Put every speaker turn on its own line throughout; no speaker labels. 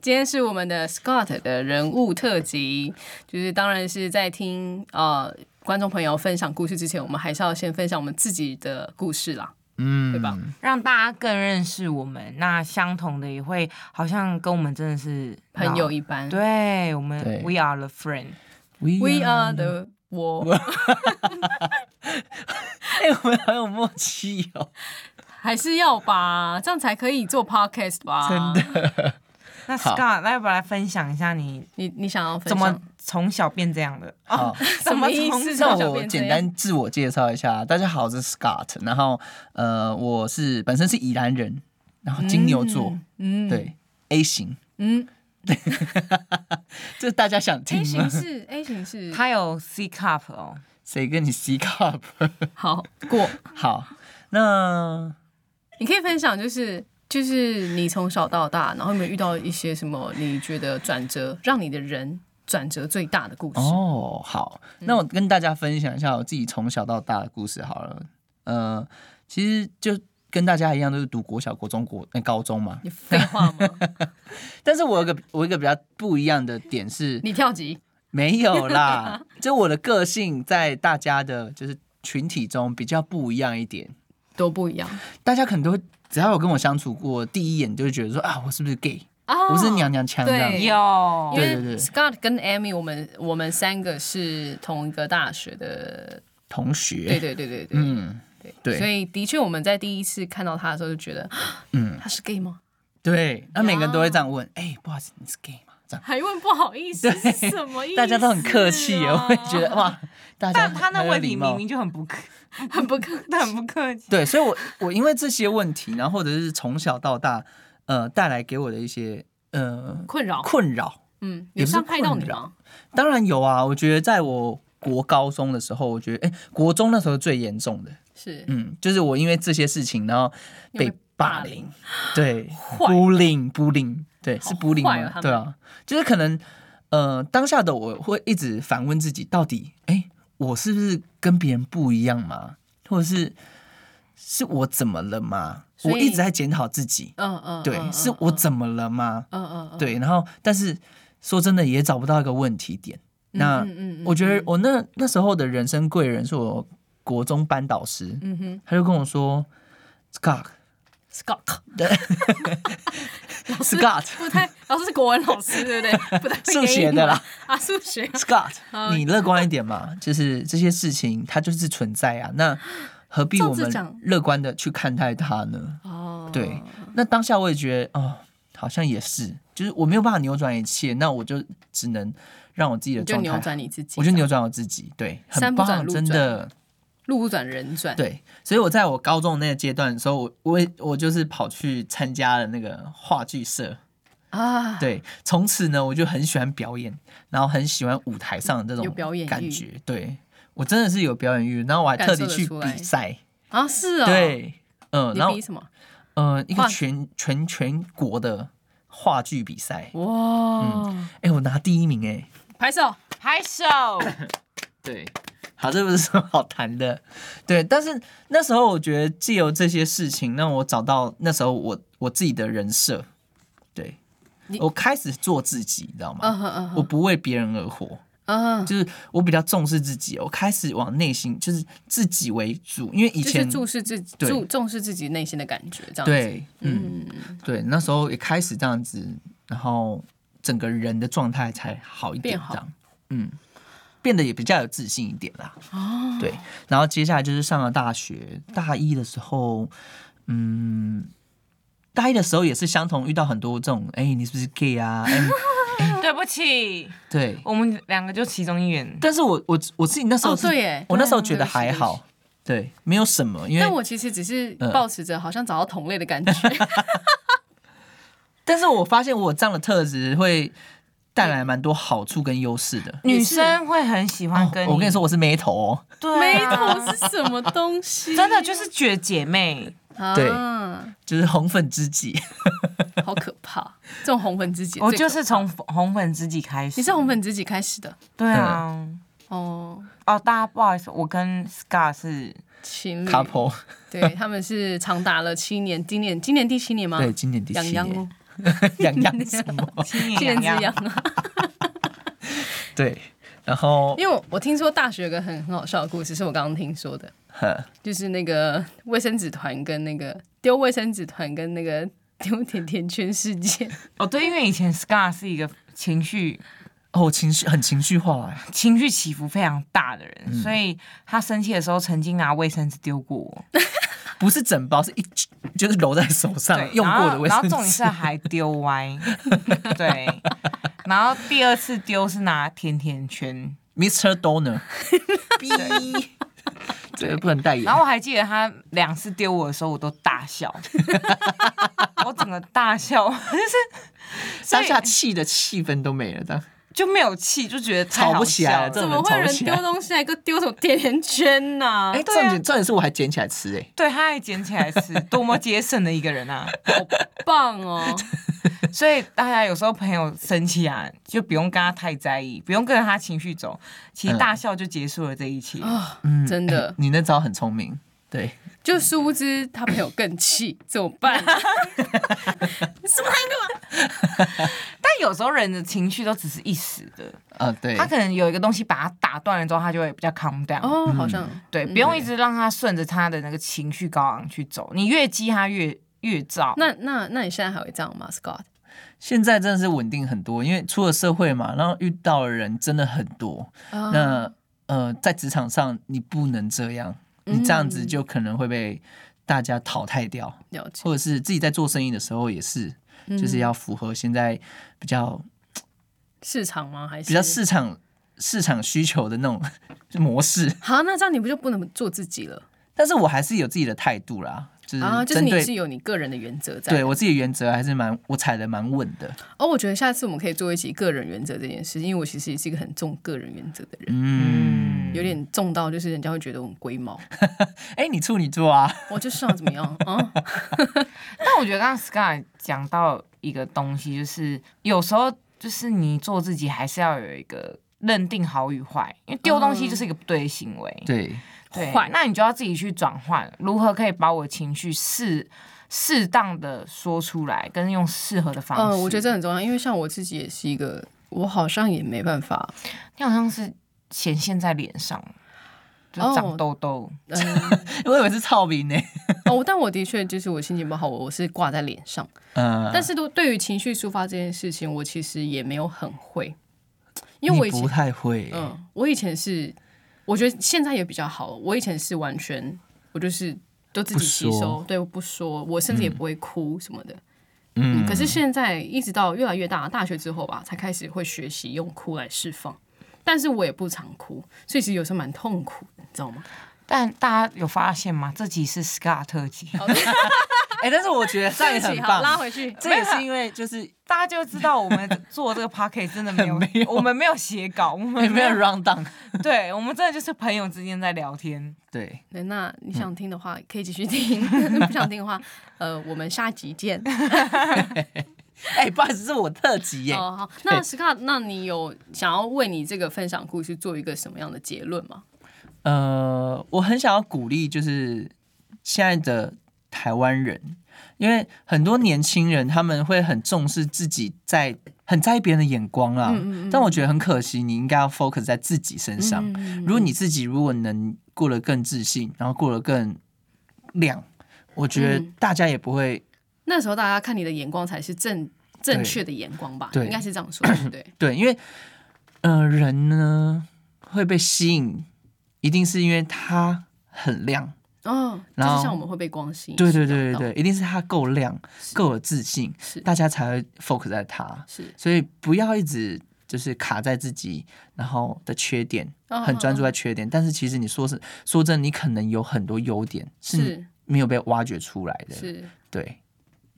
今天是我们的 Scott 的人物特辑，就是当然是在听呃观众朋友分享故事之前，我们还是要先分享我们自己的故事啦，
嗯，
对吧？
让大家更认识我们。那相同的也会好像跟我们真的是
朋友一般。
对我们
对
We are the friend。
，We are 的 我
哎，我们好有默契哦，
还是要吧，这样才可以做 podcast 吧？
真
的，
那
好
Scott，那要不要来分享一下你
你你想要分
怎么
享
从小变这样的？哦
好。
什么意思？
那
从小
我
变这
简
样
单自我介绍一下，大家好，我是 Scott，然后呃，我是本身是宜兰人，然后金牛座，，
嗯，嗯，
对 A 型，
嗯
这大家想听
，A 型
吗？
是 A 型是，
他有 C cup 哦，
谁跟你 C cup？
好过。
好，那
你可以分享，就是就是你从小到大，然后有没有遇到一些什么你觉得转折，让你的人转折最大的故事？
哦，好，
嗯
那我跟大家分享一下我自己从小到大的故事好了。呃，其实就跟大家一样，都是读国小、国中、国、呃、高中嘛。
你废话 吗？
但是我有一个我有一个比较不一样的点是，
你跳级
没 有啦，就我的个性在大家的就是群体中比较不一样一点。
多不一样
大家可能都会只要有跟我相处过，第一眼就会觉得说啊，我是不是 gay？、
啊
我是娘娘腔这
对
样。
有
因为
对对对
Scott 跟 Amy，我们我们三个是同一个大学的，
同学，
对对对对对，
嗯，对
所以的确我们在第一次看到他的时候就觉得，啊
嗯
他是 gay 吗？
对，那每个人都会这样问，哎、不好意思，你是 gay 吗？这样。
还问不好意 思是什么意思啊、
大家都很客气耶，我会觉得哦哇，大家
啊但他那
很有
问
礼
题
貌
明明就很不客，
很不客
他很不客气。
对，所以我我因为这些问题，然后或者是从小到大，呃，带来给我的一些呃
困扰，
困扰，
嗯，
也
有
不是
伤害到你
困扰
吗？
当然有啊。我觉得在我国高中的时候，我觉得哎、国中那时候最严重的，
是，
嗯，就是我因为这些事情，然后
因
被
为
霸凌，对
坏
，bullying bullying，对，
好
是 bullying
坏哦
吗？
他们
对啊，就是可能呃，当下的我会一直反问自己，到底哎、我是不是跟别人不一样吗？或者是是我怎么了吗？
所以
我一直在检讨自己，
嗯嗯，
对，
嗯
是我，怎么了吗？
嗯嗯嗯，
对，然后但是说真的也找不到一个问题点，
嗯，
那
嗯嗯嗯
我觉得
嗯
我那那时候的人生贵人是我国中班导师，
嗯哼
他就跟我说，Scott
，Scott
对
师
Scott
不太，老师是国文老师，对不对？不太会
数学
给英文
的啦
啊，数学
Scott，
好
你乐观一点嘛，就是这些事情它就是存在啊，那何必我
照
们
着讲
乐观的去看待它呢？
哦，
对，那当下我也觉得哦，好像也是，就是我没有办法扭转一切，那我就只能让我自己的
你就
状
扭
态，
转你自己，
我就扭转我自己，对，很
山不转
棒，
路
真的。
路不转人转，
对，所以我在我高中那个阶段的时候，我我也我就是跑去参加了那个话剧社，
啊，
对，从此呢我就很喜欢表演，然后很喜欢舞台上的这
有
种
表演欲
感觉，对我真的是有表演欲，然后我还
感
特
受
地
得
去
出来
比赛，
啊是哦，，
对，嗯，
你
然后
比什么？
呃一
话
个全全全国的话剧比赛，
哇，
哎、我拿第一名、哎，
拍手，
拍手，
对，好，这不是什么好谈的， 对。但是那时候我觉得借由这些事情，让我找到那时候我我自己的人设，对
你
我开始做自己，你知道吗？
嗯哼嗯哼
我不为别人而活，
嗯，
就是我比较重视自己，我开始往内心就是自己为主，因为以
嗯就是
前
注视自己，
对
注重视自己内心的感觉，这样子，
对，嗯，
嗯，
对，那时候也开始这样子，然后整个人的状态才好一点
变，好
这样，嗯，变得也比较有自信一点啦。哦，对，然后接下来就是上了大学，大一的时候，嗯，大一的时候也是相同，遇到很多这种，哎、你是不是 gay 啊？哎、
对不起，
对，
我们两个就其中一员。
但是我我我自己那时候
哦
是、
对
哎
耶，
我那时候
对
啊
觉得还。
对不起对不
好
起，
对，没有什么，因为
但我其实只是
嗯
保持着好像找到同类的感觉，
但是我发现我这样的特质会带来蛮多好处跟优势的。
女生会很喜欢跟
哦我跟你说，，我是眉头哦，
对、啊，
眉头是什么东西？
真的就是觉得姐妹，
对
啊，
就是红粉知己。
好可怕！这种红粉知己，
我
最可
就是从红粉知己开始。
你是红粉知己开始的
对啊。
嗯
哦，
哦，大家不好意思，我跟 Scar 是嗯
情侣
couple，
啊
对他们是长达了七年，今年今年第七年吗？
对，今年第七
养
年，
羊哦，
养 羊什么？
七
七
年
年
痒
之痒
痒，
啊！
对，然后
因为我我听说大学有个很很好笑的故事，是我刚刚听说的，
呵
就是那个卫生纸团跟那个丢卫生纸团跟那个丢甜甜圈事件，
哦，对，因为以前 Scar 是一个情绪
哦，情绪很情绪化哎，
情绪起伏非常大的人，
嗯
所以他生气的时候曾经拿卫生纸丢过我，
不是整包，是一就是揉在手上
对，
用过的卫
然后然后
生
重点是
纸。
还丢歪，对。然后第二次丢是拿甜甜圈，
Mr. Donor，逼，这个不能代言
然。后我还记得他两次丢我的时候，我都大笑， 我整个大笑， 就是
当下气的气氛都没了，当
就没有气，就觉得太
吵
好
不起来
笑
了 这
怎
种
么会有
人吵
人
起
丢
来
东西还给我丢什么甜甜圈呢、
啊
哎、重点重点是我还捡起来吃哎、
对，他还捡起来吃，多么节省的一个人啊！
棒哦！
所以大家有时候朋友生气啊，就不用跟他太在意，不用跟着他情绪走，其实大笑就结束了这一切。
啊、
嗯
真的，
你那招很聪明，对，
就殊不知他朋友更 气，怎么办？
但有时候人的情绪都只是一时的，
啊、对
他，可能有一个东西把他打断了之后，他就会比较 calm down。
哦，好像
对，
嗯
不用一直让他顺着他的那个情绪高昂去走，你越激他越越躁。
那那那你现在还会这样吗，Scott？
现在真的是稳定很多，因为出了社会嘛，然后遇到的人真的很多，
啊嗯
那呃，在职场上你不能这样，
嗯
你这样子就可能会被大家淘汰掉，
了解，
或者是自己在做生意的时候也是，
嗯
就是要符合现在比较
市场吗？还是
比较市场市场需求的那种 模式，
好，那这样你不就不能做自己了
但是我还是有自己的态度啦，就是
啊？就是
针
你
对
是有你个人的原则在。
对我自己的原则还是蛮我踩的蛮稳的，
哦，我觉得下次我们可以做一集个人原则这件事，因为我其实也是一个很重个人原则的人，
嗯，
有点重到就是人家会觉得我很龟毛，哦
哎、你处女座啊，
我就想怎么样 啊？
但我觉得刚刚 Sky 讲到一个东西，就是有时候就是你做自己，还是要有一个认定好与坏，因为丢东西就是一个不对的行为。
对，
对
坏
那你就要自己去转换，如何可以把我情绪适适当的说出来，跟用适合的方式。
嗯，我觉得这很重要，因为像我自己也是一个，我好像也没办法，
你好像是显现在脸上，就长
哦
痘痘。
嗯，
我以为是操兵呢、
哦，但我的确就是我心情不好，我我是挂在脸上。
嗯，
但是都对于情绪抒发这件事情，我其实也没有很会，因为我以
你不
前，
太会、
嗯，我以前是，我觉得现在也比较好。我以前是完全，我就是都自己吸
不
收
说，
对，我不说，我甚至也不会哭什么的。
嗯
嗯，可是现在一直到越来越大，大学之后吧，才开始会学习用哭来释放。但是我也不常哭，所以其实有时候蛮痛苦的，你知道吗？
但大家有发现吗？这集是 Scar 特辑，
哦
哎、但是我觉得 这样也很棒，
拉回去。
这也是因为就是
大家就知道我们做这个 p o c k e t 真的 没有，
没有
我们没有写稿，我
没
们
有 round down，
对，我们真的就是朋友之间在聊天。
对，
对那你
嗯
想听的话，可以继续听； 不想听的话，呃，我们下集见。
哎、不好意思，是我特辑耶、
哦，好，那史卡，那你有想要为你这个分享故事做一个什么样的结论吗？
呃，我很想要鼓励，就是现在的台湾人，因为很多年轻人他们会很重视自己在，很在意别人的眼光啦。但我觉得很可惜，你应该要 focus 在自己身上。如果你自己如果能过得更自信，然后过得更亮，我觉得
嗯
大家也不会
那时候大家看你的眼光才是正正确的眼光吧，
对
应该是这样说，对不 对？
对，因为呃，人呢会被吸引，一定是因为他很亮。
哦，就
然后
是像我们会被光吸引，
对对对对
对，
对，一定是他够亮、够有自信
是，
大家才会 focus 在他。
是
所以不要一直就是卡在自己，然后的缺点，
嗯
很专注在缺点。但是其实你说是说真的，你可能有很多优点 是你
是
没有被挖掘出来的。
是，
对，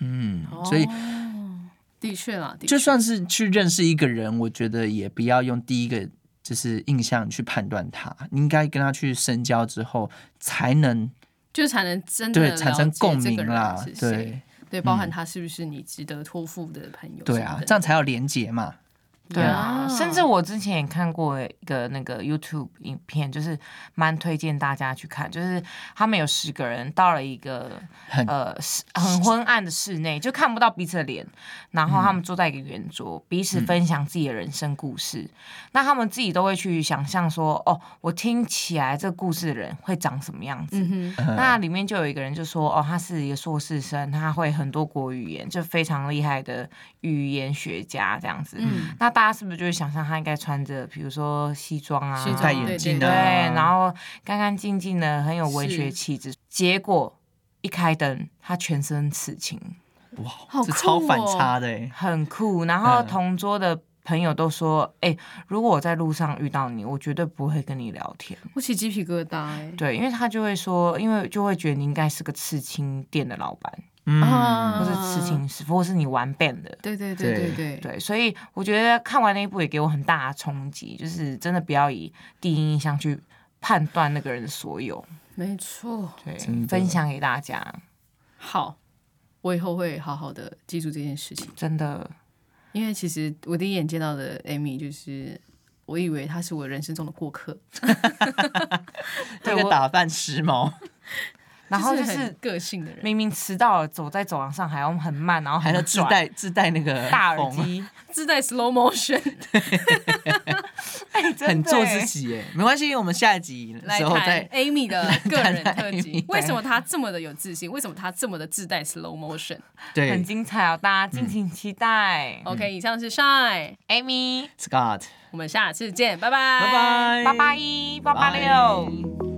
嗯，
哦
所以
的确啦，的确
就算是去认识一个人，我觉得也不要用第一个就是印象去判断他，你应该跟他去深交之后，才能
就才能真的
对产生共鸣
了
啦
解。这个人是谁
对嗯
对，包含他是不是你值得托付的朋友
对啊，这样才有连结嘛。
对啊，
呀
甚至我之前也看过一个那个 YouTube 影片，就是蛮推荐大家去看，就是他们有十个人到了一个
很
呃室很昏暗的室内，就看不到彼此的脸，然后他们坐在一个圆桌，彼此分享自己的人生故事。那他们自己都会去想象说，哦，我听起来这个故事的人会长什么样子。
嗯哼，
那里面就有一个人就说，哦，他是一个硕士生，他会很多国语言，就非常厉害的语言学家这样子。
嗯，
那大家是不是就会想象他应该穿着，比如说西装啊，
西装
戴眼镜
对，
啊，
然后干干净净的，很有文学
是
气质。结果一开灯，他全身刺青，
哇
好，
这
酷
超反
哦
差的欸，
很酷。然后
嗯
同桌的朋友都说：“哎、如果我在路上遇到你，我绝对不会跟你聊天。
我起鸡皮疙瘩哎”、
对，因为他就会说，因为就会觉得你应该是个刺青店的老板，
嗯
啊，
或是刺青师傅，或是你玩 band 的。
对对对对对，
对，所以我觉得看完那一部也给我很大的冲击，就是真的不要以第一印象去判断那个人的所有。
没错。
对
真，的
分享给大家，
好，我以后会好好的记住这件事情，
真的
因为其实我第一眼见到的 Amy 就是。我以为她是我人生中的过客，
这个
我
打扮时髦，
然后就
很
是
个性的人，
明明迟到了，走在走廊上还要很慢，然后
还
很
要自
拽
带自带那个
大耳
缝
机，
自带 slow motion，
哎，真的
很做
耶
自。己哎，没关系，我们下一集的
来
时候
谈
再
Amy 的个人
来谈
特辑
Amy，。
为什么她这么的有自信？为什么她这么的自带 slow motion？
很
对
精彩哦，大
嗯
家敬请期待。
哦
OK，以上是 Shine，
Amy，
Scott，
我们下次见，拜拜，
拜拜，
八八一，八八六。
拜